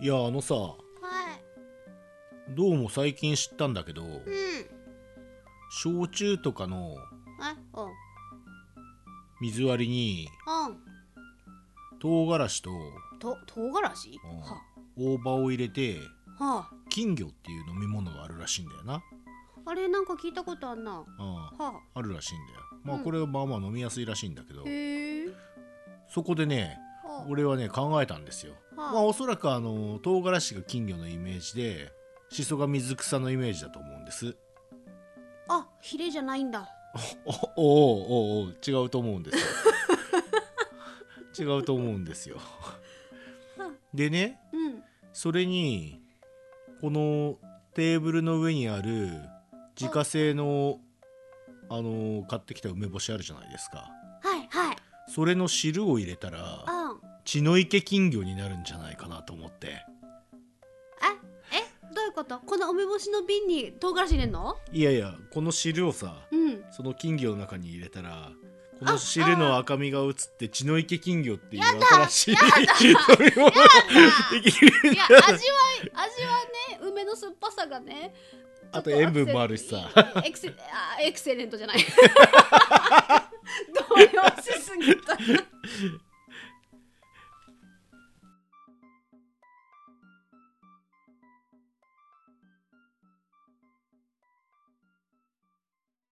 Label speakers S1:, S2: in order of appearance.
S1: いやあのさ
S2: はい
S1: どうも最近知ったんだけど
S2: うん
S1: 焼酎とかの
S2: あお
S1: 水割りに
S2: うん
S1: 唐辛子と
S2: と唐辛子
S1: うん大葉を入れて
S2: はは
S1: 金魚っていう飲み物があるらしいんだよな、
S2: ああれなんか聞いたことあんな
S1: うん、
S2: は
S1: あるらしいんだよまあ
S2: うん
S1: これはまあまあ飲みやすいらしいんだけど、
S2: あへえ
S1: そこでね
S2: は
S1: 俺はね考えたんですよ
S2: あ
S1: まあおそらくあの唐辛子が金魚のイメージでシソが水草のイメージだと思うんです
S2: あヒレじゃないんだ
S1: おおおお違うと思うんですよ違うと思うんですよでね
S2: うん
S1: それにこのテーブルの上にある自家製のあの買ってきた梅干しあるじゃないですか
S2: はいはい
S1: それの汁を入れたら
S2: うん
S1: 血の池金魚になるんじゃないかなと思って
S2: ええどういうことこの梅干しの瓶に唐辛子入れんの
S1: いやいやこの汁をさ
S2: うん
S1: その金魚の中に入れたらこの汁の赤みが移って血の池金魚っていう新しい飲み物ができる
S2: いや味わい味はね梅の酸っぱさがね
S1: あと塩分もあるしさ
S2: エクセあ エクセレントじゃない動揺しすぎた